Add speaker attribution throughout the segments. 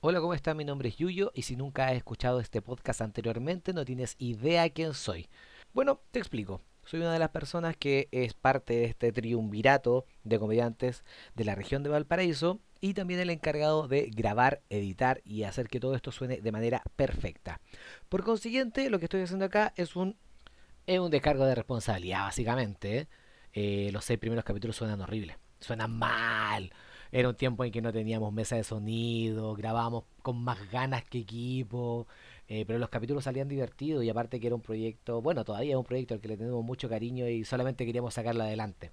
Speaker 1: Hola, ¿cómo está? Mi nombre es Yuyo y si nunca has escuchado este podcast anteriormente no tienes idea quién soy. Bueno, te explico. Soy una de las personas que es parte de este triunvirato de comediantes de la región de Valparaíso y también el encargado de grabar, editar y hacer que todo esto suene de manera perfecta. Por consiguiente, lo que estoy haciendo acá es un, es un descargo de responsabilidad, básicamente. ¿eh? Eh, los seis primeros capítulos suenan horribles, suenan mal. Era un tiempo en que no teníamos mesa de sonido, grabábamos con más ganas que equipo, eh, pero los capítulos salían divertidos y aparte que era un proyecto, bueno, todavía es un proyecto al que le tenemos mucho cariño y solamente queríamos sacarlo adelante.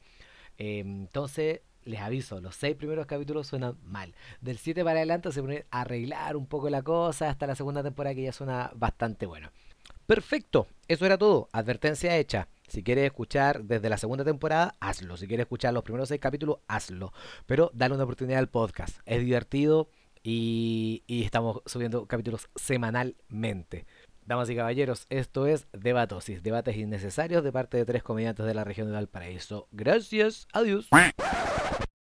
Speaker 1: Eh, entonces, les aviso, los seis primeros capítulos suenan mal. Del 7 para adelante se pone a arreglar un poco la cosa hasta la segunda temporada que ya suena bastante bueno. Perfecto, eso era todo. Advertencia hecha. Si quieres escuchar desde la segunda temporada, hazlo. Si quieres escuchar los primeros seis capítulos, hazlo. Pero dale una oportunidad al podcast. Es divertido y, y estamos subiendo capítulos semanalmente. Damas y caballeros, esto es Debatosis, debates innecesarios de parte de tres comediantes de la región de Valparaíso. Gracias, adiós.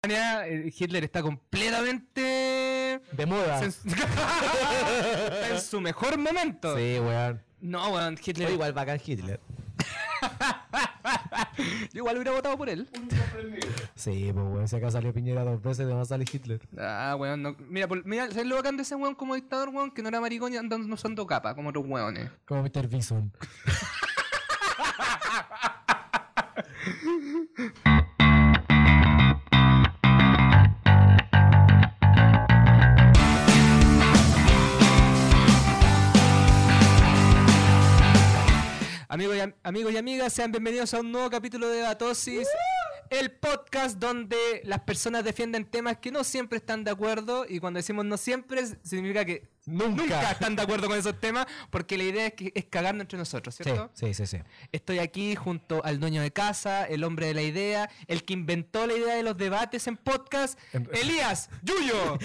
Speaker 2: eh, Hitler está completamente
Speaker 3: De moda.
Speaker 2: Sen- Está en su mejor momento.
Speaker 3: Sí, weón.
Speaker 2: No, weón, Hitler.
Speaker 3: Fue igual bacán Hitler.
Speaker 2: Yo igual hubiera votado por él.
Speaker 3: Sí, pues weón, si acá salió Piñera dos veces, de más sale Hitler.
Speaker 2: Ah, weón, no. Mira, por- mira, ¿sabes lo bacán de ese weón como dictador, weón? Que no era maricón y andando usando capa, como otros weones.
Speaker 3: Como Mr. Bison.
Speaker 2: Amigos y, am- amigos y amigas, sean bienvenidos a un nuevo capítulo de Debatosis, el podcast donde las personas defienden temas que no siempre están de acuerdo y cuando decimos no siempre significa que
Speaker 3: Nunca.
Speaker 2: nunca están de acuerdo con esos temas porque la idea es, que, es cagarnos entre nosotros,
Speaker 3: Sí,
Speaker 2: ¿cierto?
Speaker 3: sí, sí, sí.
Speaker 2: Estoy aquí junto al dueño de casa, el hombre de la idea, el que inventó la idea de los debates en podcast,
Speaker 3: En-
Speaker 2: Elías Yuyo.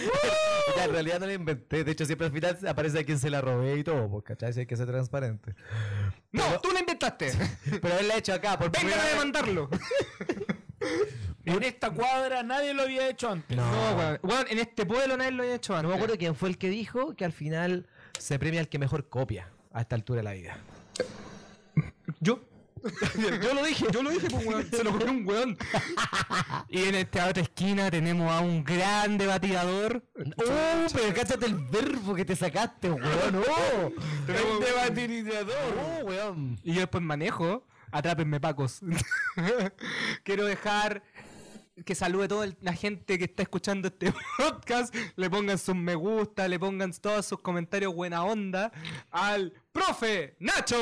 Speaker 3: Ya, en realidad no la inventé. De hecho, siempre al final aparece a quien se la robé y todo, pues, ¿cachai? Si hay que ser transparente.
Speaker 2: No, tú la inventaste.
Speaker 3: Pero él la ha hecho acá, por
Speaker 2: Vengan a
Speaker 3: primera vez.
Speaker 2: demandarlo.
Speaker 4: eh. En esta cuadra nadie lo había hecho antes.
Speaker 2: No, weón. Weón, en este pueblo nadie lo había hecho antes.
Speaker 3: No me acuerdo quién fue el que dijo que al final se premia el que mejor copia a esta altura de la vida.
Speaker 2: Yo. yo lo dije, yo lo dije, pues, weón. Se lo copió un weón. y en esta otra esquina tenemos a un gran debatidor.
Speaker 3: ¡Oh! Pero cáchate el verbo que te sacaste, weón. ¡Oh!
Speaker 4: El debatidor.
Speaker 3: ¡Oh, weón!
Speaker 2: Y yo después manejo. Atrápenme, pacos. Quiero dejar que salude toda el- la gente que está escuchando este podcast. Le pongan sus me gusta, le pongan todos sus comentarios buena onda al profe Nacho.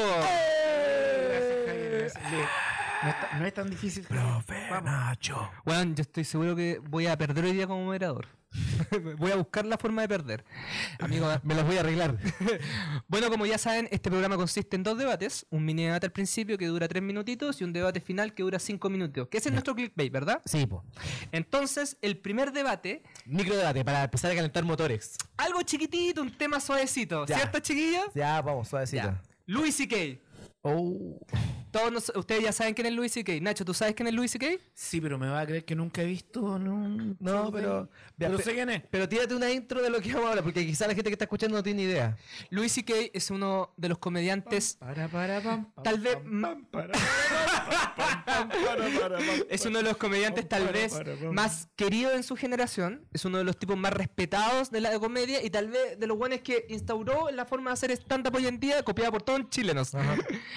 Speaker 4: No, está- no es tan difícil. Profe Nacho.
Speaker 2: Bueno, yo estoy seguro que voy a perder hoy día como moderador. voy a buscar la forma de perder. Amigo,
Speaker 3: Me los voy a arreglar.
Speaker 2: bueno, como ya saben, este programa consiste en dos debates. Un mini debate al principio que dura tres minutitos y un debate final que dura cinco minutos. Que ese es nuestro clickbait, ¿verdad?
Speaker 3: Sí, po.
Speaker 2: Entonces, el primer debate,
Speaker 3: Microdebate para empezar a calentar motores.
Speaker 2: algo chiquitito, un tema suavecito,
Speaker 3: Ya.
Speaker 2: ¿cierto, chiquillos?
Speaker 3: Ya, vamos, suavecito.
Speaker 2: Ya. Louis C.K.
Speaker 3: Oh.
Speaker 2: Todos nos- ustedes ya saben quién es Louis C.K. Nacho, ¿tú sabes quién es Louis C.K.?
Speaker 4: Sí, pero me va a creer que nunca he visto. No,
Speaker 3: No, pero.
Speaker 4: Pero
Speaker 3: pe-
Speaker 4: sé quién es.
Speaker 3: pero tírate una intro de lo que vamos a hablar, porque quizá la gente que está escuchando no tiene idea.
Speaker 2: Louis C.K. es uno de los comediantes
Speaker 4: Para, para, pam, pam,
Speaker 2: Tal vez
Speaker 4: pam,
Speaker 2: ma-
Speaker 4: pam, para, para, pam, pam, para, para, pam,
Speaker 2: Es
Speaker 4: para.
Speaker 2: uno de los comediantes tal
Speaker 4: Para,
Speaker 2: vez
Speaker 4: para, para.
Speaker 2: más querido en su generación, es uno de los tipos más respetados de la comedia y tal vez de los buenos que instauró la forma de hacer stand-up hoy en día, copiada por todos los chilenos.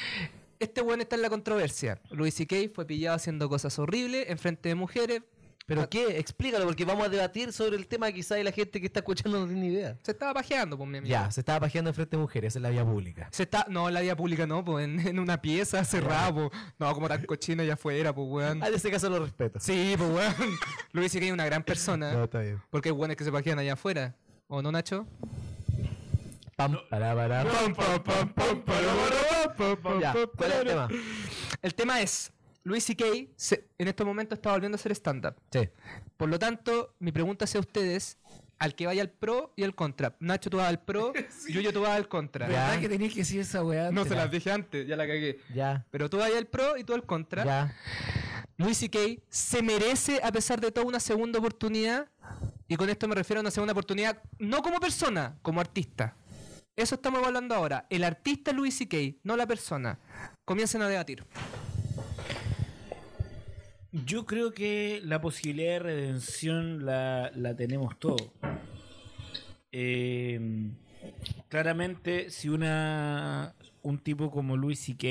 Speaker 2: Este buen está en la controversia. Luis C.K. fue pillado haciendo cosas horribles en frente de mujeres.
Speaker 3: ¿Pero qué? Explícalo, porque vamos a debatir sobre el tema quizá y la gente que está escuchando no tiene idea.
Speaker 2: Se estaba pajeando, por mi amigo.
Speaker 3: Ya, se estaba pajeando enfrente de mujeres en la vía pública.
Speaker 2: Se está, no, en la vía pública no, pues en, en una pieza cerrada, po. No, como tan cochino ya fuera, pues weón.
Speaker 3: Ah, en ese caso lo respeto.
Speaker 2: Sí, pues weón. Luis C.K. es una gran persona.
Speaker 3: está bien.
Speaker 2: Porque hay buenos que se pajean allá afuera. ¿O no, Nacho?
Speaker 3: Pam, para, para.
Speaker 4: Pam, pam, pam, pam, para, para, pam, pam,
Speaker 3: Ya,
Speaker 4: pam,
Speaker 3: ¿cuál es el
Speaker 4: para.
Speaker 3: tema?
Speaker 2: El tema es, Luis C.K. se- en este momento está volviendo a hacer stand-up.
Speaker 3: Sí.
Speaker 2: Por lo tanto, mi pregunta hacia ustedes, al que vaya al pro y al contra. Nacho, tú vas al pro, Yuyo, tú vas al contra.
Speaker 4: ¿Verdad que tenías que decir esa weá?
Speaker 2: No
Speaker 4: antes?
Speaker 2: se las dije antes, ya la cagué.
Speaker 3: Ya,
Speaker 2: Pero tú vas al pro y tú al contra.
Speaker 3: ya.
Speaker 2: Luis C.K. se merece, a pesar de todo, una segunda oportunidad Y con esto me refiero a una segunda oportunidad, no como persona, como artista. Eso estamos hablando ahora. El artista Luis C.K., no la persona. Comiencen a debatir.
Speaker 4: Yo creo que la posibilidad de redención la, la tenemos todos. Eh, claramente, si una un tipo como Luis C.K.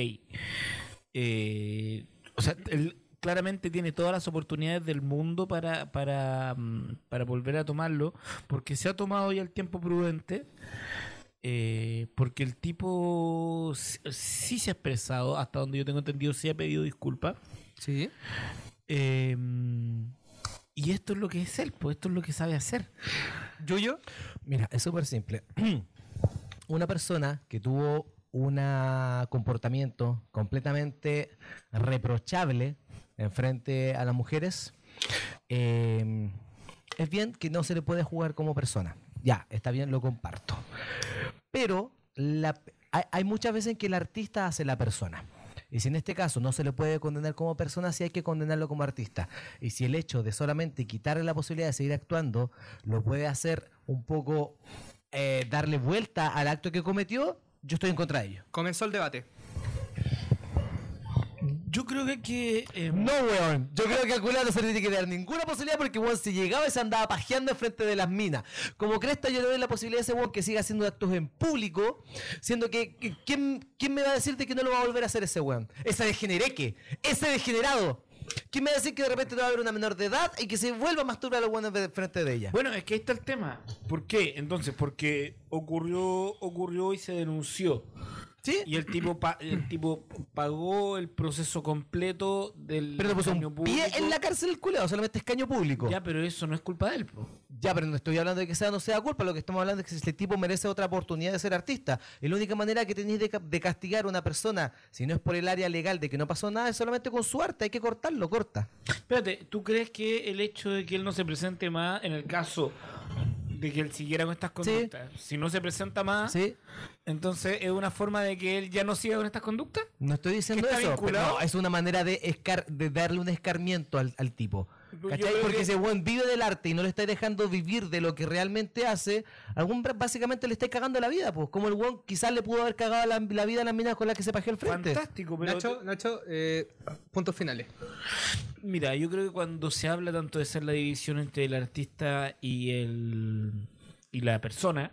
Speaker 4: eh, o sea, él claramente tiene todas las oportunidades del mundo para, para, mm, para volver a tomarlo, porque se ha tomado ya el tiempo prudente. Eh, porque el tipo s- sí se ha expresado, hasta donde yo tengo entendido, sí ha pedido disculpas.
Speaker 2: Sí.
Speaker 4: Eh, y esto es lo que es él, pues esto es lo que sabe hacer.
Speaker 2: ¿Yuyo?
Speaker 3: Mira, es súper simple. Una persona que tuvo un comportamiento completamente reprochable en frente a las mujeres, eh, es bien que no se le puede jugar como persona. Ya, está bien, lo comparto. Pero la- hay, hay muchas veces en que el artista hace la persona. Y si en este caso no se le puede condenar como persona, sí hay que condenarlo como artista. Y si el hecho de solamente quitarle la posibilidad de seguir actuando lo puede hacer un poco eh, darle vuelta al acto que cometió, yo estoy en contra de ello.
Speaker 2: Comenzó el debate.
Speaker 4: Yo creo que... que eh,
Speaker 3: No, weón. Yo creo que a Culea no se le tiene que dar ninguna posibilidad porque, weón, si llegaba y se andaba pajeando enfrente de las minas. Como cresta, yo le doy la posibilidad a ese weón que siga haciendo actos en público, siendo que, que- ¿quién, ¿quién me va a decir de que no lo va a volver a hacer ese weón? Ese degenereque, ese degenerado. ¿Quién me va a decir que de repente no va a haber una menor de edad y que se vuelva a masturbar a los weones de- frente de ella?
Speaker 4: Bueno, es que ahí está el tema. ¿Por qué? Entonces, porque ocurrió, ocurrió y se denunció.
Speaker 3: ¿Sí?
Speaker 4: Y el tipo, pa- el tipo pagó el proceso completo del
Speaker 3: Pero le puso
Speaker 4: daño
Speaker 3: un pie
Speaker 4: público.
Speaker 3: en la cárcel el culeado, solamente es caño público.
Speaker 4: Ya, pero eso no es culpa de él. po.
Speaker 3: Ya, pero no estoy hablando de que sea o no sea culpa, lo que estamos hablando es que este tipo merece otra oportunidad de ser artista. Y la única manera que tenéis de, ca- de castigar a una persona, si no es por el área legal de que no pasó nada, es solamente con su arte, hay que cortarlo, corta.
Speaker 4: Espérate, ¿tú crees que el hecho de que él no se presente más en el caso de que él siguiera con estas conductas, si no se presenta más,
Speaker 3: ¿Sí?
Speaker 4: entonces es una forma de que él ya no siga con estas conductas?
Speaker 3: No estoy diciendo
Speaker 4: ¿Que está
Speaker 3: eso, pero
Speaker 4: vinculado?
Speaker 3: no, es una manera de, escar- de darle un escarmiento al, al tipo.
Speaker 4: Yo
Speaker 3: ¿Cachai?
Speaker 4: creo
Speaker 3: Porque
Speaker 4: que-
Speaker 3: ese buen vive del arte y no le estáis dejando vivir de lo que realmente hace, algún bra- básicamente le estáis cagando la vida, pues. Como el buen quizás le pudo haber cagado la, la vida a las minas con las que se pajeó el frente.
Speaker 4: Fantástico, pero
Speaker 2: Nacho, Nacho, eh, puntos finales.
Speaker 4: Mira, yo creo que cuando se habla tanto de hacer la división entre el artista y el y la persona,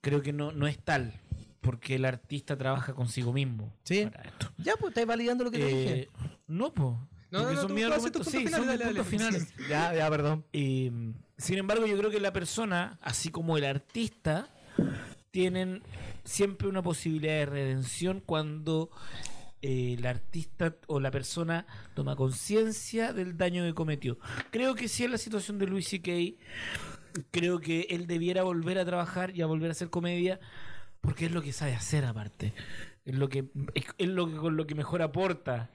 Speaker 4: creo que no, no es tal, porque el artista trabaja consigo mismo.
Speaker 3: Sí.
Speaker 4: para esto.
Speaker 3: Ya, pues estáis validando lo que te dije.
Speaker 4: Eh, no, po.
Speaker 2: No,
Speaker 4: porque
Speaker 2: no, no,
Speaker 4: son
Speaker 2: tú-
Speaker 4: mis
Speaker 2: tú haces tus puntos
Speaker 4: argumentos. Sí,
Speaker 2: finales,
Speaker 4: son mis
Speaker 2: dale, dale.
Speaker 4: puntos finales.
Speaker 3: Ya, ya, perdón.
Speaker 4: Eh, sin embargo, yo creo que la persona, así como el artista, tienen siempre una posibilidad de redención cuando eh, el artista o la persona toma conciencia del daño que cometió. Creo que si es la situación de Luis C.K., creo que él debiera volver a trabajar y a volver a hacer comedia porque es lo que sabe hacer aparte. Es lo que es, es lo que con lo que mejor aporta.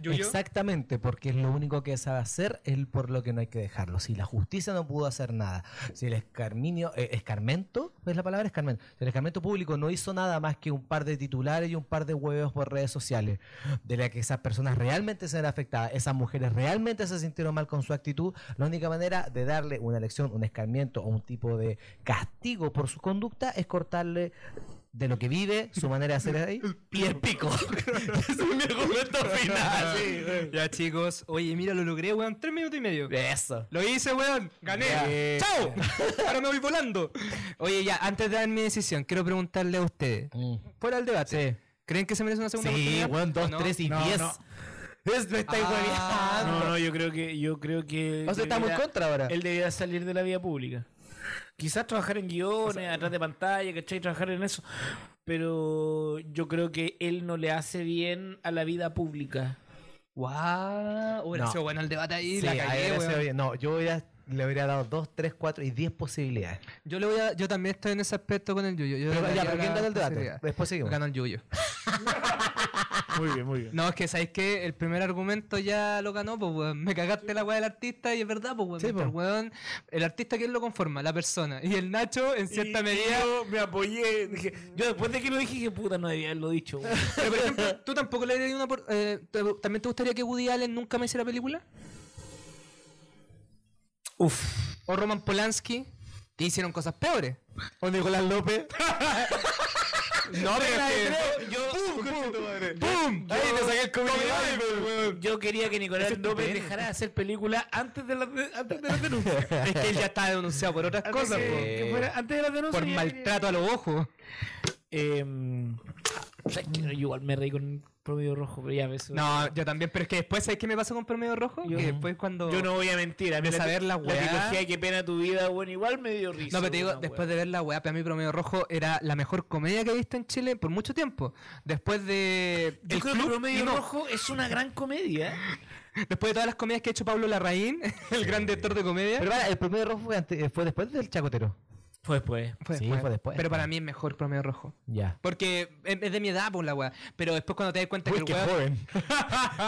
Speaker 2: ¿Yuyo?
Speaker 3: Exactamente, porque es lo único que sabe hacer, es por lo que no hay que dejarlo. Si la justicia no pudo hacer nada, si el escarminio, eh, escarmento, ¿es la palabra escarmento? Si el escarmento público no hizo nada más que un par de titulares y un par de huevos por redes sociales, de la que esas personas realmente se ven afectadas, esas mujeres realmente se sintieron mal con su actitud, la única manera de darle una lección, un escarmiento o un tipo de castigo por su conducta es cortarle de lo que vive, su manera de hacer ahí, y el pico. Ese es mi argumento final.
Speaker 2: Ya, chicos. Oye, mira, lo logré, weón. Tres minutos y medio.
Speaker 3: Eso.
Speaker 2: Lo hice, weón. Gané.
Speaker 3: Bien.
Speaker 2: ¡Chao! Ahora me voy volando. Oye, ya, antes de dar mi decisión, quiero preguntarle a ustedes.
Speaker 3: Mm.
Speaker 2: Fuera del debate. ¿Creen que se merece una segunda
Speaker 3: Sí,
Speaker 2: oportunidad?
Speaker 3: weón, dos,
Speaker 2: ¿O no?
Speaker 3: tres y
Speaker 4: No,
Speaker 3: diez.
Speaker 4: no.
Speaker 3: Es, me estáis
Speaker 2: Ah,
Speaker 4: No, no, yo creo que yo creo que
Speaker 3: hueviando. O sea, estamos en
Speaker 4: debiera-
Speaker 3: contra ahora.
Speaker 4: Él debía salir de la vida pública. Quizás trabajar en guiones, atrás de pantalla, ¿cachai? Trabajar en eso. Pero yo creo que él no le hace bien a la vida pública.
Speaker 2: ¡Guau! Hubiera
Speaker 3: No.
Speaker 2: sido bueno el debate ahí.
Speaker 3: Sí,
Speaker 2: la
Speaker 3: ahí
Speaker 2: cagué,
Speaker 3: hubiera
Speaker 2: weón.
Speaker 3: sido bien. No, yo hubiera- le hubiera dado dos, tres, cuatro y diez posibilidades.
Speaker 2: Yo, le voy a, yo también estoy en ese aspecto con el Yuyo. Yo le
Speaker 3: Pero ya,
Speaker 2: daría
Speaker 3: pero ¿quién
Speaker 2: la
Speaker 3: gana el debate?
Speaker 2: posibilidad.
Speaker 3: Después seguimos.
Speaker 2: Gana el Yuyo.
Speaker 4: Muy bien, muy bien.
Speaker 2: No, es que sabéis que el primer argumento ya lo ganó, pues weón. Me cagaste la weá del artista y es verdad, pues weón.
Speaker 3: Sí,
Speaker 2: Mientras,
Speaker 3: po.
Speaker 2: weón, El artista quién lo conforma, la persona. Y el Nacho, en cierta medida.
Speaker 4: Yo me apoyé. dije- yo después de que lo dije, dije, puta, no debía haberlo dicho. güey".
Speaker 2: Pero por ejemplo, ¿tú tampoco le darías una por- eh, ¿te- ¿También te gustaría que Woody Allen nunca me hiciera película?
Speaker 4: Uf.
Speaker 2: o Roman Polanski que hicieron cosas peores. O Nicolás López. no, pero es que... ¡Pum! Ahí te saqué el comediante,
Speaker 4: Yo quería que Nicolás López dejara de hacer películas antes de las antes de las denuncias.
Speaker 2: Es que él ya está denunciado por otras
Speaker 4: Antes
Speaker 2: cosas,
Speaker 4: que-
Speaker 2: po.
Speaker 4: que fuera- antes de las denuncias.
Speaker 2: por
Speaker 4: yo
Speaker 2: maltrato a los ojos.
Speaker 4: quería- Em, sabes que yo igual me reí con promedio rojo, pero ya me eso-
Speaker 2: No, yo también, pero es que después, ¿sabes qué me pasó con Promedio Rojo?
Speaker 4: Yo-
Speaker 2: que después cuando...
Speaker 4: Yo no voy a mentir, a mí
Speaker 2: de saber la weá.
Speaker 4: trilogía de qué pena tu vida, bueno, igual me dio risa.
Speaker 2: No, pero te digo,
Speaker 4: una
Speaker 2: después
Speaker 4: weá.
Speaker 2: de ver la weá, para mí Promedio Rojo era la mejor comedia que he visto en Chile por mucho tiempo. Después de.
Speaker 4: Yo
Speaker 2: El
Speaker 4: creo
Speaker 2: Club y
Speaker 4: que Promedio
Speaker 2: no.
Speaker 4: Rojo es una gran comedia. ¿eh?
Speaker 2: Después de todas las comedias que ha hecho Pablo Larraín, el gran director de comedia.
Speaker 3: Pero para, el promedio rojo fue, antes- eh, fue después del chacotero.
Speaker 4: Fue
Speaker 2: Pues, Fue
Speaker 4: después.
Speaker 3: Sí, fue después.
Speaker 2: Pero para mí es mejor Promedio Rojo.
Speaker 3: Ya.
Speaker 2: Porque es es de mi edad, por la weá. Pero después cuando te das cuenta que el weón.
Speaker 3: joven.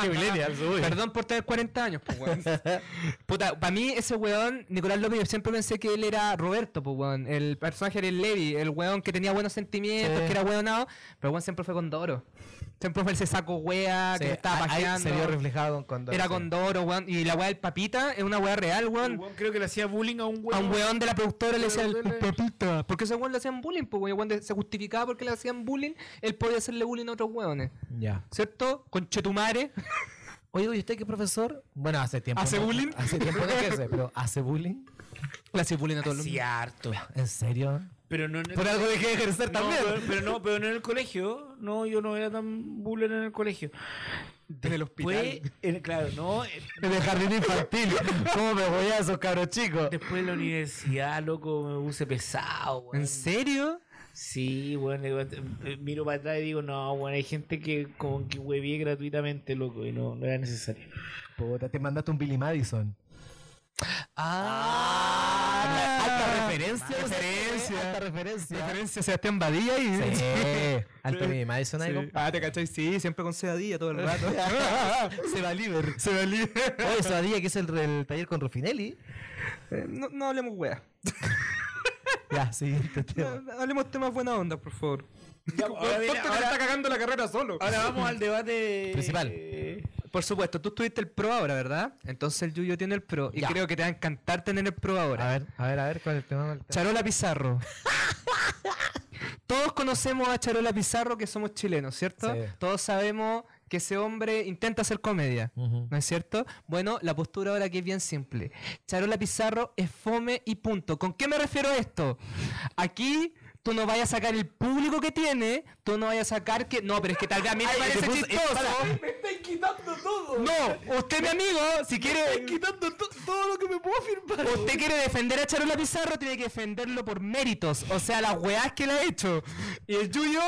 Speaker 3: qué millennial, soy.
Speaker 2: Perdón por tener 40 años, pues weón. Puta, para mí ese weón, Nicolás López, yo siempre pensé que él era Roberto, pues weón. El personaje era el Levi, el weón que tenía buenos sentimientos,
Speaker 3: Sí.
Speaker 2: que era weonado, pero weón siempre fue con Doro. Siempre fue ese saco wea Ah, que
Speaker 3: Sí,
Speaker 2: lo estaba
Speaker 3: ahí- ahí
Speaker 2: pajeando.
Speaker 3: se vio reflejado cuando
Speaker 2: Era con Doro, weón. Y la wea del papita es una wea real,
Speaker 4: El
Speaker 2: weón.
Speaker 4: weón creo que le hacía bullying a un
Speaker 2: A
Speaker 4: weón.
Speaker 2: un weón de la productora le decía el
Speaker 4: Pero,
Speaker 2: papita. Porque ese weón le hacían bullying, pues weón. Cuando se justificaba porque le hacían bullying, él podía hacerle bullying a otros weones.
Speaker 3: Ya.
Speaker 2: ¿Cierto? Con Chetumare.
Speaker 3: Oye, ¿y usted qué profesor? Bueno, hace tiempo.
Speaker 2: ¿Hace
Speaker 3: no-
Speaker 2: bullying?
Speaker 3: Hace tiempo no ejerce, pero ¿hace bullying?
Speaker 2: Le hacía bullying a todo el mundo.
Speaker 4: Hacía harto.
Speaker 3: ¿En serio?
Speaker 4: Pero no en el
Speaker 3: Por algo dejé de ejercer
Speaker 4: No,
Speaker 3: también.
Speaker 4: pero, pero no, pero no en el colegio. No, yo no era tan bullying en el colegio.
Speaker 2: En el
Speaker 4: Fue, en- claro, no. eh,
Speaker 3: De jardín infantil. ¿Cómo me voy a esos cabros chicos?
Speaker 4: Después de la universidad, loco, me puse pesado, weón.
Speaker 2: ¿En serio?
Speaker 4: Sí, weón. le digo, eh, Miro para atrás y digo, no, weón, hay gente que como que hueví gratuitamente, loco, y no, no era necesario.
Speaker 3: Puta, te mandaste un Billy Madison.
Speaker 2: Ah,
Speaker 3: alta referencia.
Speaker 2: referencia.
Speaker 3: Alta referencia.
Speaker 2: Referencia a Sebastián Badilla y.
Speaker 3: Sí. Alto Billy Madison ahí,
Speaker 2: Sí.
Speaker 3: compa.
Speaker 2: Ah, te cachai, sí, siempre con Sebadilla todo el rato.
Speaker 3: Se va liber.
Speaker 2: Se
Speaker 3: Oye, Sabadilla, que es el, el taller con Rufinelli.
Speaker 2: Eh, No, no hablemos wea.
Speaker 3: Ya, siguiente
Speaker 2: No,
Speaker 3: tema.
Speaker 2: no hablemos temas buena onda, por favor.
Speaker 4: Ya, ahora viene-
Speaker 2: Tonto que
Speaker 4: ahora-
Speaker 2: le cagando la carrera solo.
Speaker 4: ahora vamos al debate
Speaker 3: Principal.
Speaker 4: eh,
Speaker 2: Por supuesto, tú tuviste el pro ahora, ¿verdad? Entonces el Yuyo tiene el pro. Y
Speaker 3: Ya.
Speaker 2: creo que te va a encantar tener el pro ahora.
Speaker 3: A ver, a ver, a ver, ¿cuál es el tema? ¿Cuál es el tema?
Speaker 2: Charola Pizarro. Todos conocemos a Charola Pizarro que somos chilenos, ¿cierto?
Speaker 3: Sí.
Speaker 2: Todos sabemos que ese hombre intenta hacer comedia,
Speaker 3: Ujú.
Speaker 2: ¿no es cierto? Bueno, la postura ahora que es bien simple. Charola Pizarro es fome y punto. ¿Con qué me refiero a esto? Aquí tú no vayas a sacar el público que tiene, tú no vayas a sacar que... No, pero es que tal vez a mí me
Speaker 3: Ay,
Speaker 2: parece
Speaker 3: te puse-
Speaker 2: chistoso.
Speaker 3: para-
Speaker 4: Me estáis quitando todo.
Speaker 2: No, usted mi amigo, si quiere...
Speaker 4: quitando todo lo que me puedo firmar.
Speaker 2: Usted quiere defender a Charola Pizarro, tiene que defenderlo por méritos, o sea, las weás que le ha hecho. Y el Yuyo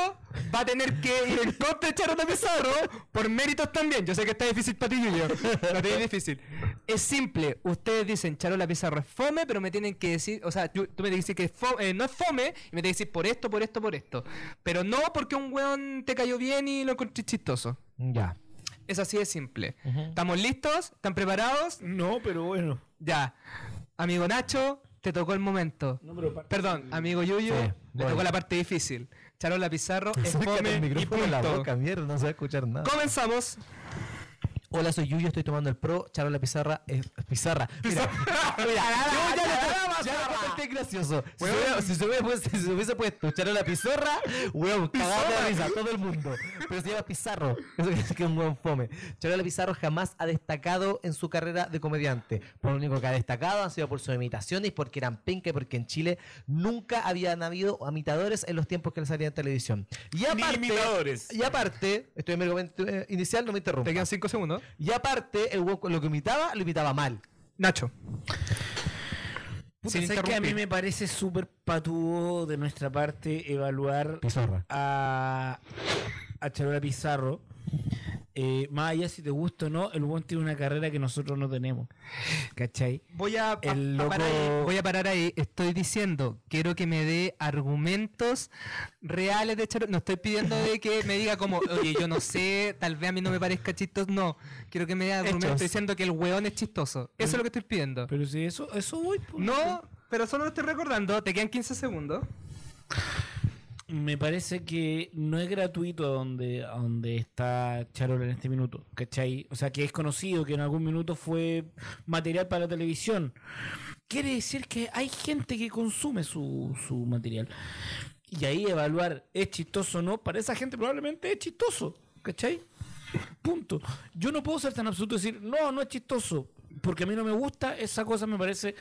Speaker 2: va a tener que ir en contra de Charola Pizarro por méritos también. Yo sé que está difícil para ti, Yuyo. Para ti es difícil. Es simple, ustedes dicen Charola Pizarro es fome, pero me tienen que decir, o sea, tú tú me dices que es fo- eh, no es fome, y me tienes que decir por esto, por esto, por esto. Pero no porque un weón te cayó bien y lo encontré chistoso.
Speaker 3: Mm, Ya.
Speaker 2: Es así de simple. ¿Estamos listos? ¿Están preparados?
Speaker 4: No, pero bueno.
Speaker 2: Ya. Amigo Nacho, te tocó el momento.
Speaker 4: No, pero parte-
Speaker 2: Perdón, amigo Yuyo,
Speaker 3: Sí,
Speaker 2: le
Speaker 3: voy.
Speaker 2: tocó la parte difícil. Charola Pizarro, es
Speaker 3: Sácate el
Speaker 2: fome y
Speaker 3: micrófono de la
Speaker 2: punto.
Speaker 3: boca, mierda, no se va a escuchar nada.
Speaker 2: Comenzamos.
Speaker 3: Hola, soy Yuyo, estoy tomando el pro. Charola Pizarra es Pizarra. Mira, mira, yo ya lo- ya lo conté gracioso. Si se hubiera- Si se hubiera puesto- si se hubiese puesto Charola Pizarra, huevón, cagado de risa, todo el mundo. Pero se llama Pizarro, eso que- que es un huevón fome. Charola Pizarro jamás ha destacado en su carrera de comediante. Por lo único que ha destacado han sido por sus imitaciones, porque eran penca y porque en Chile nunca habían habido imitadores en los tiempos que les salían en televisión. Y aparte,
Speaker 4: imitadores.
Speaker 3: y aparte, estoy en mi argumento eh, inicial, no me interrumpa.
Speaker 2: Te quedan cinco segundos.
Speaker 3: Y aparte, el hueco lo que imitaba, lo imitaba mal.
Speaker 2: Nacho.
Speaker 4: Puta,
Speaker 2: Sin
Speaker 4: ¿sabes que a mí
Speaker 2: interrumpir.
Speaker 4: me parece súper patúo de nuestra parte evaluar
Speaker 3: Pizarra.
Speaker 4: a, a Charola Pizarro. Eh, más allá si te gusta o no, el buen tiene una carrera que nosotros no tenemos. ¿Cachai?
Speaker 2: Voy a, a-
Speaker 4: El
Speaker 2: a parar
Speaker 4: loco-
Speaker 2: ahí. voy a parar ahí. Estoy diciendo, quiero que me dé argumentos reales de Charola. No estoy pidiendo de que me diga como, oye, yo no sé, tal vez a mí no me parezca chistoso. No, quiero que me dé argumentos
Speaker 3: Hechos.
Speaker 2: diciendo que el weón es chistoso. Eso es lo que estoy pidiendo.
Speaker 4: Pero si eso, eso voy. pues. po.
Speaker 2: No, pero solo lo estoy recordando. Te quedan 15 segundos.
Speaker 4: Me parece que no es gratuito a donde, a donde está Charola en este minuto, ¿cachai? O sea, que es conocido que en algún minuto fue material para la televisión. quiere decir que hay gente que consume su, su material. Y ahí evaluar es chistoso o no, para esa gente probablemente es chistoso, ¿cachai? Punto. Yo no puedo ser tan absoluto y decir, no, no es chistoso, porque a mí no me gusta, esa cosa me parece,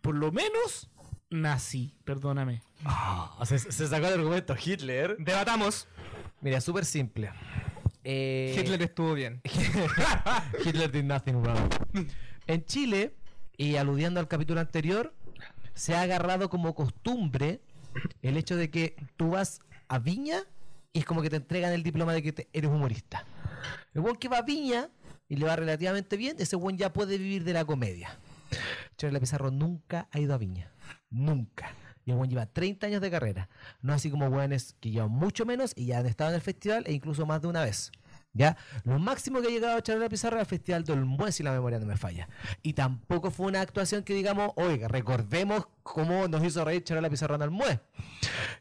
Speaker 4: por lo menos, nazi, perdóname.
Speaker 3: Ah, se, se sacó el argumento Hitler.
Speaker 2: Debatamos.
Speaker 3: Mira, súper simple. Eh,
Speaker 2: Hitler estuvo bien.
Speaker 3: Hitler did nothing wrong. En Chile, y aludiendo al capítulo anterior, se ha agarrado como costumbre el hecho de que tú vas a Viña y es como que te entregan el diploma de que te- eres humorista. El buen que va a Viña y le va relativamente bien, ese buen ya puede vivir de la comedia. Chorela Pizarro nunca ha ido a Viña. Nunca. Y el buen lleva 30 años de carrera. No así como buenos que llevan mucho menos y ya han estado en el festival e incluso más de una vez. ¿Ya? Lo máximo que ha llegado Charla Pizarro era el Festival de Olmué, si la memoria no me falla. Y tampoco fue una actuación que digamos, oiga, recordemos cómo nos hizo reír Charla Pizarro en Olmué.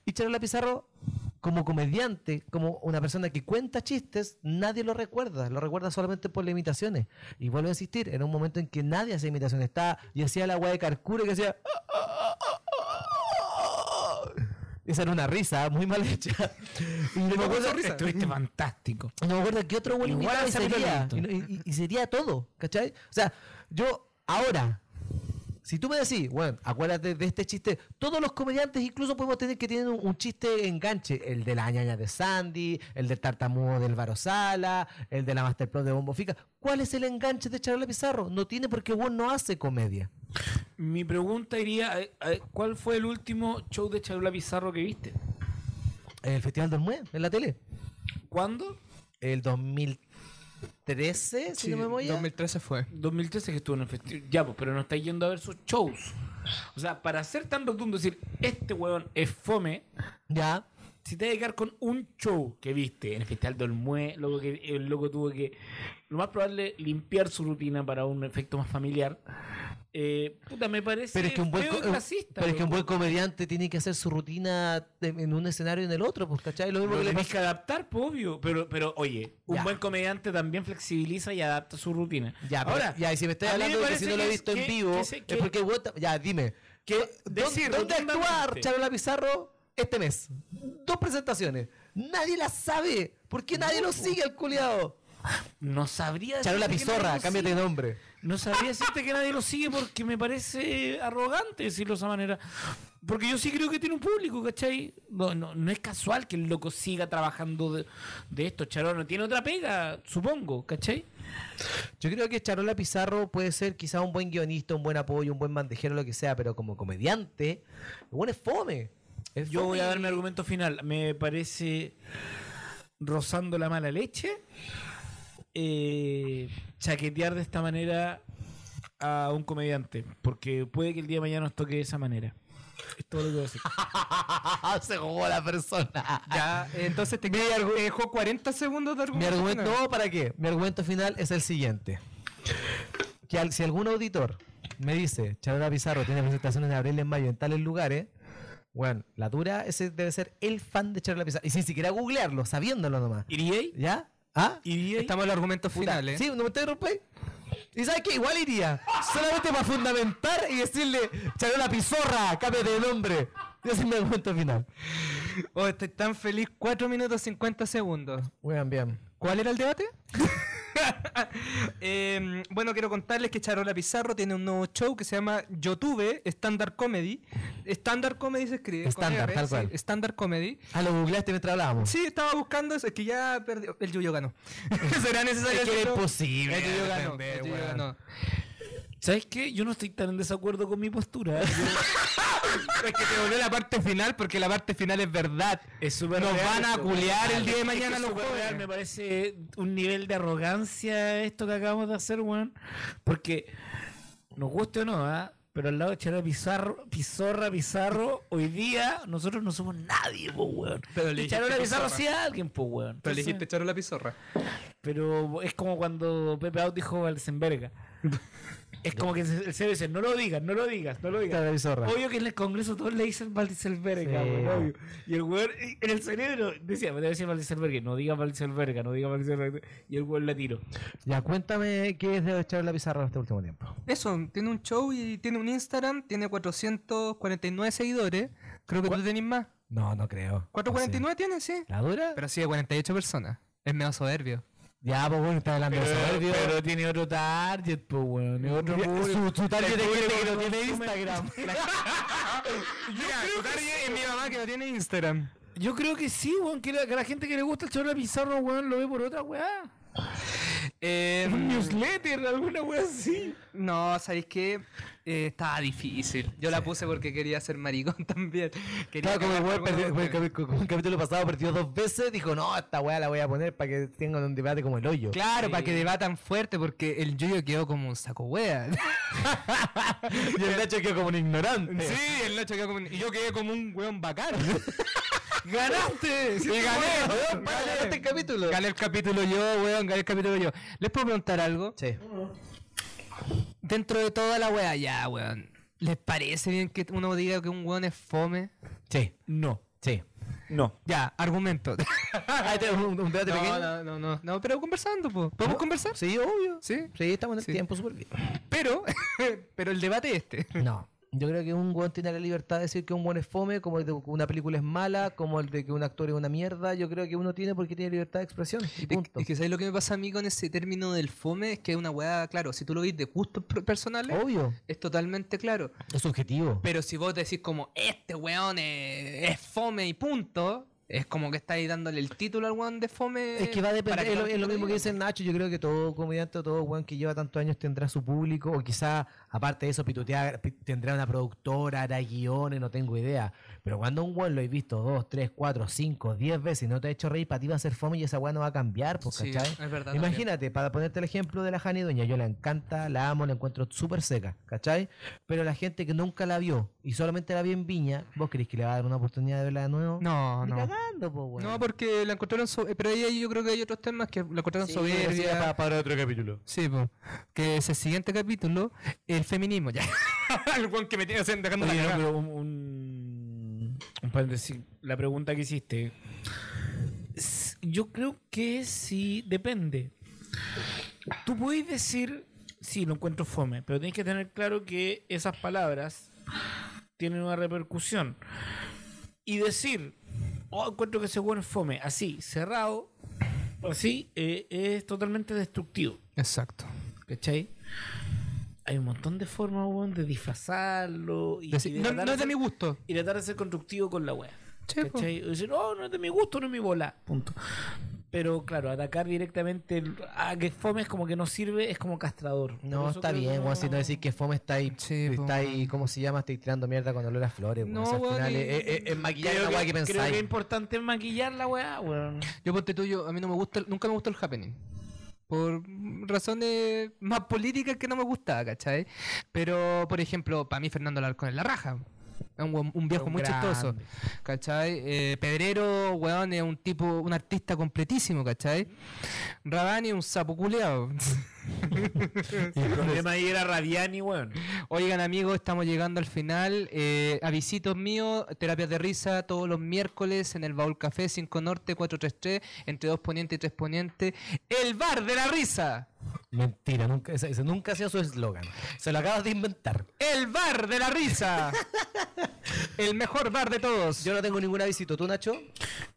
Speaker 3: Y Charla Pizarro, como comediante, como una persona que cuenta chistes, nadie lo recuerda. Lo recuerda solamente por las imitaciones. Y vuelvo a insistir, era un momento en que nadie hacía imitación. Estaba y hacía la weá de Carcure que hacía... Esa era una risa muy mal hecha. Y no me acuerdo-
Speaker 4: Estuviste fantástico.
Speaker 3: no me acuerdo qué otro buen
Speaker 4: Igual
Speaker 3: invitado y
Speaker 4: hace
Speaker 3: sería.
Speaker 4: Pepe
Speaker 3: Y,
Speaker 4: Lento.
Speaker 3: y- y sería todo, ¿cachai? O sea, yo ahora, si tú me decís, bueno, acuérdate de este chiste, todos los comediantes incluso podemos tener que tienen un, un chiste enganche. El de la ñaña de Sandy, el del tartamudo del Barosala, el de la Masterplot de Bombo Fica. ¿Cuál es el enganche de Charla Pizarro? No tiene porque Juan no hace comedia.
Speaker 4: Mi pregunta iría, eh, eh, ¿cuál fue el último show de Chabla Pizarro que viste?
Speaker 3: El Festival del Mue, en la tele.
Speaker 4: ¿Cuándo?
Speaker 3: El 2013, si no me voy
Speaker 2: 2013 fue.
Speaker 4: 2013 que estuvo en el festival. Ya, pues, pero no está yendo a ver sus shows. O sea, para ser tan rotundo, decir, este weón es fome,
Speaker 3: Ya.
Speaker 4: si te vas a quedar con un show que viste en el Festival de Olmué, loco que, el loco tuvo que, lo más probable, limpiar su rutina para un efecto más familiar. Eh, puta, me parece
Speaker 3: Pero es que un buen,
Speaker 4: feo y
Speaker 3: co- eh,
Speaker 4: clasista,
Speaker 3: pero es que un
Speaker 4: loco.
Speaker 3: buen comediante tiene que hacer su rutina de- en un escenario y en el otro, pues, ¿cachai? Lo mismo
Speaker 4: Lo
Speaker 3: que le
Speaker 4: tenés
Speaker 3: pasa.
Speaker 4: que adaptar, pues, obvio. Pero, pero oye, un
Speaker 3: Ya.
Speaker 4: buen comediante también flexibiliza y adapta su rutina.
Speaker 3: Ya, pero-
Speaker 4: Ahora,
Speaker 3: ya, y si me estás
Speaker 4: a mí me
Speaker 3: hablando de que
Speaker 4: parece
Speaker 3: si no lo he
Speaker 4: que-
Speaker 3: visto en
Speaker 4: que-
Speaker 3: vivo,
Speaker 4: que se- que-
Speaker 3: es porque vos ta- Ya, dime.
Speaker 4: que
Speaker 3: ¿Dó-
Speaker 4: decir
Speaker 3: ¿Dónde actuar
Speaker 4: rotundamente-
Speaker 3: Charola Pizarro este mes? Dos presentaciones. Nadie las sabe. ¿Por qué nadie lo sigue al culiado?
Speaker 4: no sabría.
Speaker 3: Charola
Speaker 4: decirte que nadie
Speaker 3: Pizorra,
Speaker 4: lo
Speaker 3: cámbiate de
Speaker 4: sigue.
Speaker 3: nombre.
Speaker 4: No sabría decirte que nadie lo sigue porque me parece arrogante decirlo de esa manera. Porque yo sí creo que tiene un público, ¿cachai? No, no, no es casual que el loco siga trabajando de, de esto, Charón. No tiene otra pega, supongo, ¿cachai?
Speaker 3: Yo creo que Charola Pizarro puede ser quizá un buen guionista, un buen apoyo, un buen bandejero, lo que sea, pero como comediante, el buen es fome. Es
Speaker 4: Yo
Speaker 3: fome
Speaker 4: voy a
Speaker 3: y-
Speaker 4: dar mi argumento final. Me parece rozando la mala leche. eh, chaquetear de esta manera a un comediante. Porque puede que el día de mañana nos toque de esa manera. Es todo lo que voy a decir.
Speaker 3: Se jugó la persona.
Speaker 2: Ya, entonces te quedas- te dejó 40 segundos de
Speaker 3: Ah. Mi
Speaker 2: argumento.
Speaker 3: argumento,
Speaker 2: final.
Speaker 3: no, ¿para qué? Mi argumento final es el siguiente. Que al- si algún auditor me dice, Charola Pizarro tiene presentaciones en abril, en mayo, en tales lugares, bueno, la dura ese debe ser el fan de Charola Pizarro. Y sin siquiera googlearlo, sabiéndolo nomás.
Speaker 4: ¿Iría?
Speaker 3: ¿Ya? ¿Ah?
Speaker 4: ¿Iría?
Speaker 2: Estamos en los argumentos
Speaker 3: Puta,
Speaker 2: finales.
Speaker 3: Sí, no me interrumpáis. ¿Y sabes qué? Igual iría. Solamente para fundamentar y decirle, Charola Pizorra, cambia de nombre. Ese es mi argumento final.
Speaker 2: Oh, estoy tan feliz. 4 minutos 50 segundos.
Speaker 3: Bien, bien.
Speaker 2: ¿Cuál era el debate? Eh, bueno, quiero contarles que Charola Pizarro tiene un nuevo show que se llama YouTube Standard Comedy. Standard Comedy se escribe. con
Speaker 3: Estándar,
Speaker 2: R,
Speaker 3: tal
Speaker 2: sí,
Speaker 3: cual.
Speaker 2: Standard Comedy.
Speaker 3: Ah, lo googleaste mientras hablábamos.
Speaker 2: Sí, estaba buscando eso. Es que ya perdió. El Yuyo ganó. Será necesario
Speaker 3: Es que era
Speaker 2: decirlo.
Speaker 3: imposible.
Speaker 2: El Yuyo ganó.
Speaker 3: defender,
Speaker 2: El Yuyo
Speaker 3: weón.
Speaker 2: ganó.
Speaker 4: ¿Sabes qué? Yo no estoy tan en desacuerdo con mi postura. ¿eh?
Speaker 2: Es que te volvió la parte final porque la parte final es verdad.
Speaker 4: es súper
Speaker 2: Nos
Speaker 4: real
Speaker 2: van a
Speaker 4: esto.
Speaker 2: culear el día de
Speaker 4: Es que es
Speaker 2: mañana los
Speaker 4: súper
Speaker 2: jóvenes.
Speaker 4: real, Me parece un nivel de arrogancia esto que acabamos de hacer, weón. Porque, nos guste o no, ¿ah? pero al lado de Chela Pizarro, Pizorra, Pizarro, hoy día nosotros no somos nadie, po, weón.
Speaker 2: Pero le
Speaker 4: y Charola
Speaker 2: dijiste
Speaker 4: Pizarro
Speaker 2: Pizorra.
Speaker 4: sí es alguien, po, weón.
Speaker 2: Pero
Speaker 4: Entonces,
Speaker 2: elegiste Charola Pizarra.
Speaker 4: pero es como cuando Pepe Out dijo Valsenberga. Es como que el CEO dice, no lo digas, no lo digas, no lo digas.
Speaker 3: Está la bizorra.
Speaker 4: Obvio que en el Congreso todos le dicen Valdiselberga,
Speaker 3: Sí.
Speaker 4: weón, obvio. Y el weón eh, en el cerebro decía, me debe decir Valdiselberga, no diga Valdiselberga, no diga Valdiselberga. Y el weón la tiró.
Speaker 3: Ya, cuéntame qué es de echar la pizarra este último tiempo.
Speaker 2: Eso, tiene un show y tiene un Instagram, tiene 449 seguidores. Creo que tú tenés
Speaker 3: Ah,
Speaker 2: más.
Speaker 3: No, no creo.
Speaker 2: ¿449 tiene? Sí.
Speaker 3: ¿La dura?
Speaker 2: Pero sí, de 48 personas. Es medio soberbio.
Speaker 3: Ya, pues bueno, está hablando de soberbio.
Speaker 4: tiene otro target, pues, weón. es otro
Speaker 3: Ya,
Speaker 4: público.
Speaker 3: su, su target
Speaker 4: El
Speaker 3: de gente
Speaker 4: público
Speaker 3: que no
Speaker 4: no
Speaker 3: tiene
Speaker 4: consume-
Speaker 3: Instagram.
Speaker 2: Mira, tu target es mi mamá que no tiene Instagram.
Speaker 4: Yo creo que sí, weón, que la, que la gente que le gusta el chorro de pizarro, weón, lo ve por otra weá.
Speaker 2: Eh,
Speaker 4: Un newsletter, alguna weá así.
Speaker 2: no, ¿sabéis qué? Eh, estaba difícil. Yo la puse porque quería ser maricón también. Quería
Speaker 3: Claro, como el
Speaker 2: cagar
Speaker 3: weón
Speaker 2: por
Speaker 3: perdió-
Speaker 2: alguna
Speaker 3: como el
Speaker 2: cuestión.
Speaker 3: capi- como el capítulo pasado perdió dos veces, dijo, no, esta weá la voy a poner para que tengan un debate como el hoyo.
Speaker 2: Claro, para que debatan fuerte porque el yoyo quedó como un saco wea.
Speaker 3: Y el Nacho quedó como un ignorante.
Speaker 2: Sí, el Nacho quedó como un... Y yo quedé como un weón bacán.
Speaker 3: ¡Ganaste! ¡Sí, gané! weón, para, ¡Ganaste el capítulo!
Speaker 2: gané el capítulo yo, weón, gané el capítulo yo. ¿Les puedo preguntar algo?
Speaker 3: Sí.
Speaker 2: Dentro de toda la wea, ya, weón. ¿Les parece bien que uno diga que un weón es fome?
Speaker 3: Sí.
Speaker 4: No,
Speaker 3: Sí.
Speaker 4: no.
Speaker 2: Ya, argumento.
Speaker 3: Ahí tenemos un, un debate pequeño.
Speaker 2: no, no, no, no, no, pero conversando, po. ¿podemos
Speaker 3: ¿No?
Speaker 2: conversar?
Speaker 3: Sí, obvio.
Speaker 2: Sí.
Speaker 3: Sí, estamos en el
Speaker 2: Sí.
Speaker 3: tiempo súper bien.
Speaker 2: Pero, pero el debate es este.
Speaker 3: No. Yo creo que un weón tiene la libertad de decir que un buen es fome, como el de que una película es mala, como el de que un actor es una mierda. Yo creo que uno tiene porque tiene libertad de expresión. Y
Speaker 2: Es-
Speaker 3: punto.
Speaker 2: Es que ¿sabes lo que me pasa a mí con ese término del fome? Es que es una weá, claro, si tú lo ves de gustos pro- personales,
Speaker 3: Obvio.
Speaker 2: es totalmente claro.
Speaker 3: Es subjetivo.
Speaker 2: Pero si vos decís como, este weón es, es fome y punto, es como que estáis dándole el título al weón de fome.
Speaker 3: Es que va a
Speaker 2: para
Speaker 3: depender, es lo,
Speaker 2: todo el
Speaker 3: es lo
Speaker 2: mundo
Speaker 3: mismo que
Speaker 2: diga.
Speaker 3: dice el Nacho, yo creo que todo comediante o todo weón que lleva tantos años tendrá su público, o quizá, aparte de eso, pitutea, pi- tendrá una productora, hará guiones, no tengo idea. Pero cuando un weón lo he visto dos, tres, cuatro, cinco, diez veces y no te ha hecho reír, para ti va a ser fome y esa weá no va a cambiar, pues,
Speaker 2: Sí,
Speaker 3: ¿cachai?
Speaker 2: es verdad
Speaker 3: Imagínate, para ponerte el ejemplo de la Jani Doña, yo la encanta, la amo, la encuentro súper seca, ¿cachai? Pero la gente que nunca la vio y solamente la vio en Viña, ¿vos crees que le va a dar una oportunidad de verla de nuevo?
Speaker 2: No,
Speaker 3: Ni
Speaker 2: no.
Speaker 3: cagando, po, weón.
Speaker 2: No, porque la encontraron so- eh, Pero ahí yo creo que hay otros temas que la encontraron
Speaker 3: Sí,
Speaker 2: soberbia.
Speaker 3: pero sí, era
Speaker 4: Ah,
Speaker 3: pa- para otro capítulo.
Speaker 2: Sí, po. que es el siguiente capítulo, el feminismo. Ya. el weón que me tiene haciendo dejando la
Speaker 4: Oye, no,
Speaker 2: cagada.
Speaker 4: pero un, un- un paréntesis. La pregunta que hiciste. S- Yo creo que sí, depende. Tú puedes decir, sí, lo encuentro fome, pero tienes que tener claro que esas palabras tienen una repercusión. Y decir, oh, encuentro que ese bueno es fome, así, cerrado, así, eh, es totalmente destructivo.
Speaker 2: Exacto.
Speaker 4: ¿Cachai? Hay un montón de formas, weón, de disfrazarlo. Y,
Speaker 2: Deci-
Speaker 4: y de
Speaker 2: no,
Speaker 4: tratar
Speaker 2: no es de
Speaker 4: ser-
Speaker 2: mi gusto.
Speaker 4: Y tratar de ser constructivo con la wea.
Speaker 2: Sí, po.
Speaker 4: ¿Cachai? O decir, "Oh, no, no es de mi gusto, no es mi bola. Punto. Pero claro, atacar directamente el- a que fome es como que no sirve, es como castrador. Por
Speaker 3: No,
Speaker 4: eso
Speaker 3: está
Speaker 4: creo que
Speaker 3: bien, weón.
Speaker 4: no-
Speaker 3: Si no decís que Fome está ahí,
Speaker 2: Sí, po,
Speaker 3: está ahí,
Speaker 2: weón.
Speaker 3: ¿cómo se llama? Estoy tirando mierda con olor a flores, weón.
Speaker 2: No,
Speaker 3: O sea, al
Speaker 2: weón,
Speaker 3: final
Speaker 2: y-
Speaker 3: es, es- es maquillar
Speaker 4: Creo
Speaker 3: la weá
Speaker 4: que,
Speaker 3: que
Speaker 4: creo que es
Speaker 3: pensáis.
Speaker 4: importante maquillar la weá, weón.
Speaker 2: Yo ponte tuyo, a mí no me gusta, el- nunca me gustó el happening. Por razones más políticas que no me gustaba, ¿cachai? Pero, por ejemplo, para mí Fernando Larcón es la raja. Es un, hue- un viejo
Speaker 4: Un
Speaker 2: muy chistoso,
Speaker 4: grande.
Speaker 2: ¿cachai? Eh, Pedrero, weón, es un tipo, un artista completísimo, ¿cachai? Rabani es un sapo culeado.
Speaker 4: El problema ahí era Radiani, weón.
Speaker 2: Oigan, amigos, estamos llegando al final. Eh, avisitos míos, terapias de risa todos los miércoles en el Baúl Café 5 Norte 433, entre 2 Poniente y 3 Poniente. El bar de la risa.
Speaker 3: Mentira, nunca, ese, ese nunca ha sido su eslogan. Se lo acabas de inventar.
Speaker 2: El bar de la risa. el mejor bar de todos.
Speaker 3: Yo no tengo ninguna visita. ¿Tú, Nacho?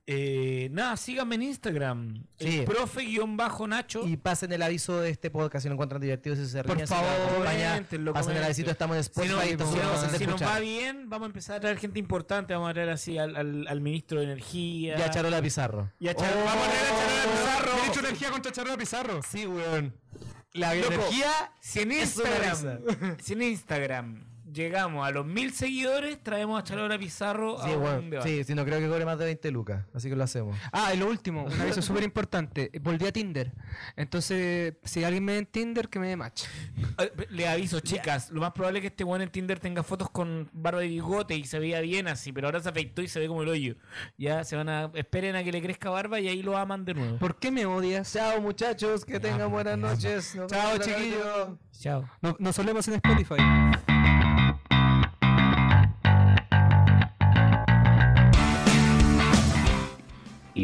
Speaker 4: Eh, nada, síganme en Instagram.
Speaker 3: Sí.
Speaker 4: El profe-nacho.
Speaker 3: Y pasen el aviso de este podcast si lo encuentran divertido, si se
Speaker 2: Por
Speaker 3: ríen, si lo
Speaker 2: favor,
Speaker 3: acompañan,
Speaker 4: comenten, lo
Speaker 3: Pasen el
Speaker 4: comenten.
Speaker 3: avisito, estamos en
Speaker 4: Si,
Speaker 3: Spotify.
Speaker 4: no-
Speaker 3: estamos
Speaker 4: si
Speaker 3: en
Speaker 4: no-
Speaker 3: Amazon de
Speaker 4: si nos va
Speaker 3: escuchar.
Speaker 4: bien, vamos a empezar a traer gente importante. Vamos a traer así al, al- al ministro de Energía.
Speaker 3: Y a Charola Pizarro.
Speaker 4: Y a Charo- vamos a
Speaker 3: Oh.
Speaker 4: traer a Charola Pizarro.
Speaker 2: Derecho de energía contra Charlotte Pizarro.
Speaker 3: Sí, weón. La
Speaker 4: Loco,
Speaker 3: energía
Speaker 4: Si en
Speaker 3: Es una
Speaker 4: Instagram, si en Instagram llegamos a los mil seguidores, traemos a Chalora Pizarro
Speaker 3: Sí,
Speaker 4: a
Speaker 3: bueno,
Speaker 4: un debate.
Speaker 3: sí, sí, no creo que cobre más de 20 lucas, así que lo hacemos.
Speaker 2: Ah, y lo último, un aviso súper importante. eh, Volví a Tinder. Entonces, si alguien me ve en Tinder, que me dé match.
Speaker 4: Eh, Le aviso, chicas, lo más probable es que este weón en Tinder tenga fotos con barba y bigote y se veía bien así, pero ahora se afeitó y se ve como el hoyo. Ya se van a. Esperen a que le crezca barba y ahí lo aman de nuevo.
Speaker 2: ¿Por qué me odias? pues,
Speaker 3: Chao muchachos, que tengan buenas noches.
Speaker 2: Chao, chiquillos.
Speaker 4: Chao.
Speaker 2: No- nos solemos en Spotify.